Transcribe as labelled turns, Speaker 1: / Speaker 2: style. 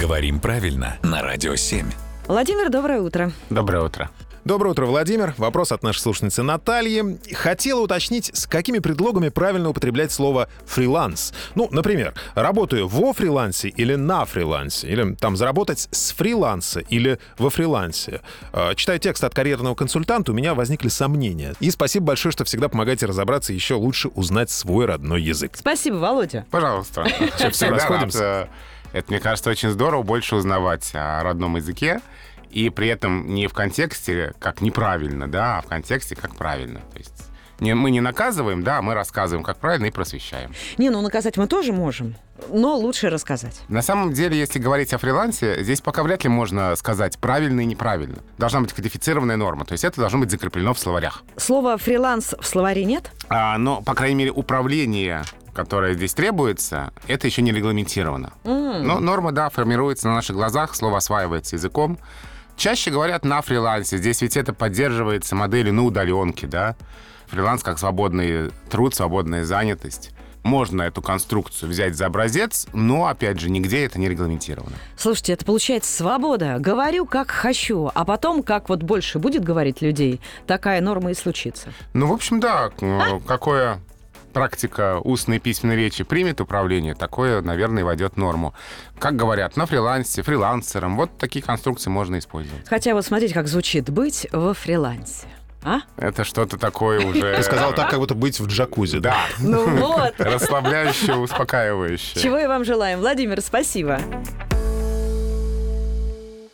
Speaker 1: Говорим правильно на Радио 7.
Speaker 2: Владимир, доброе утро.
Speaker 3: Доброе утро.
Speaker 4: Доброе утро, Владимир. Вопрос от нашей слушницы Натальи. Хотела уточнить, с какими предлогами правильно употреблять слово «фриланс». Ну, например, работаю во фрилансе или на фрилансе, или там заработать с фриланса или во фрилансе. Э, Читая текст от карьерного консультанта, у меня возникли сомнения. И спасибо большое, что всегда помогаете разобраться и еще лучше узнать свой родной язык.
Speaker 2: Спасибо, Володя.
Speaker 3: Пожалуйста.
Speaker 4: Всё,
Speaker 3: Всегда
Speaker 4: расходимся.
Speaker 3: рад, э, Это, мне кажется, очень здорово больше узнавать о родном языке, и при этом не в контексте как неправильно, да, а в контексте как правильно. То есть не, мы не наказываем, да, а мы рассказываем как правильно и просвещаем.
Speaker 2: Не, ну наказать мы тоже можем, но лучше рассказать.
Speaker 3: На самом деле, если говорить о фрилансе, здесь пока вряд ли можно сказать правильно и неправильно. Должна быть кодифицированная норма, то есть это должно быть закреплено в словарях.
Speaker 2: Слово «фриланс» в словаре нет?
Speaker 3: А, но, по крайней мере, управление, которое здесь требуется, это еще не регламентировано. Но норма, да, формируется на наших глазах, слово осваивается языком. Чаще говорят на фрилансе. Здесь ведь это поддерживается моделью на удаленке, да. Фриланс как свободный труд, свободная занятость. Можно эту конструкцию взять за образец, но, опять же, нигде это не регламентировано.
Speaker 2: Слушайте, это получается свобода. Говорю, как хочу, а потом, как вот больше будет говорить людей, такая норма и случится.
Speaker 3: Ну, в общем, да, к- э, какое практика устной и письменной речи примет управление, такое, наверное, и войдет в норму. Как говорят, на фрилансе, фрилансером, вот такие конструкции можно использовать.
Speaker 2: Хотя вот смотрите, как звучит «быть во фрилансе». А?
Speaker 3: Это что-то такое уже...
Speaker 4: Ты сказал так, как будто быть в джакузи.
Speaker 3: Да,
Speaker 2: Ну вот.
Speaker 3: расслабляющее, успокаивающее.
Speaker 2: Чего и вам желаем. Владимир, спасибо.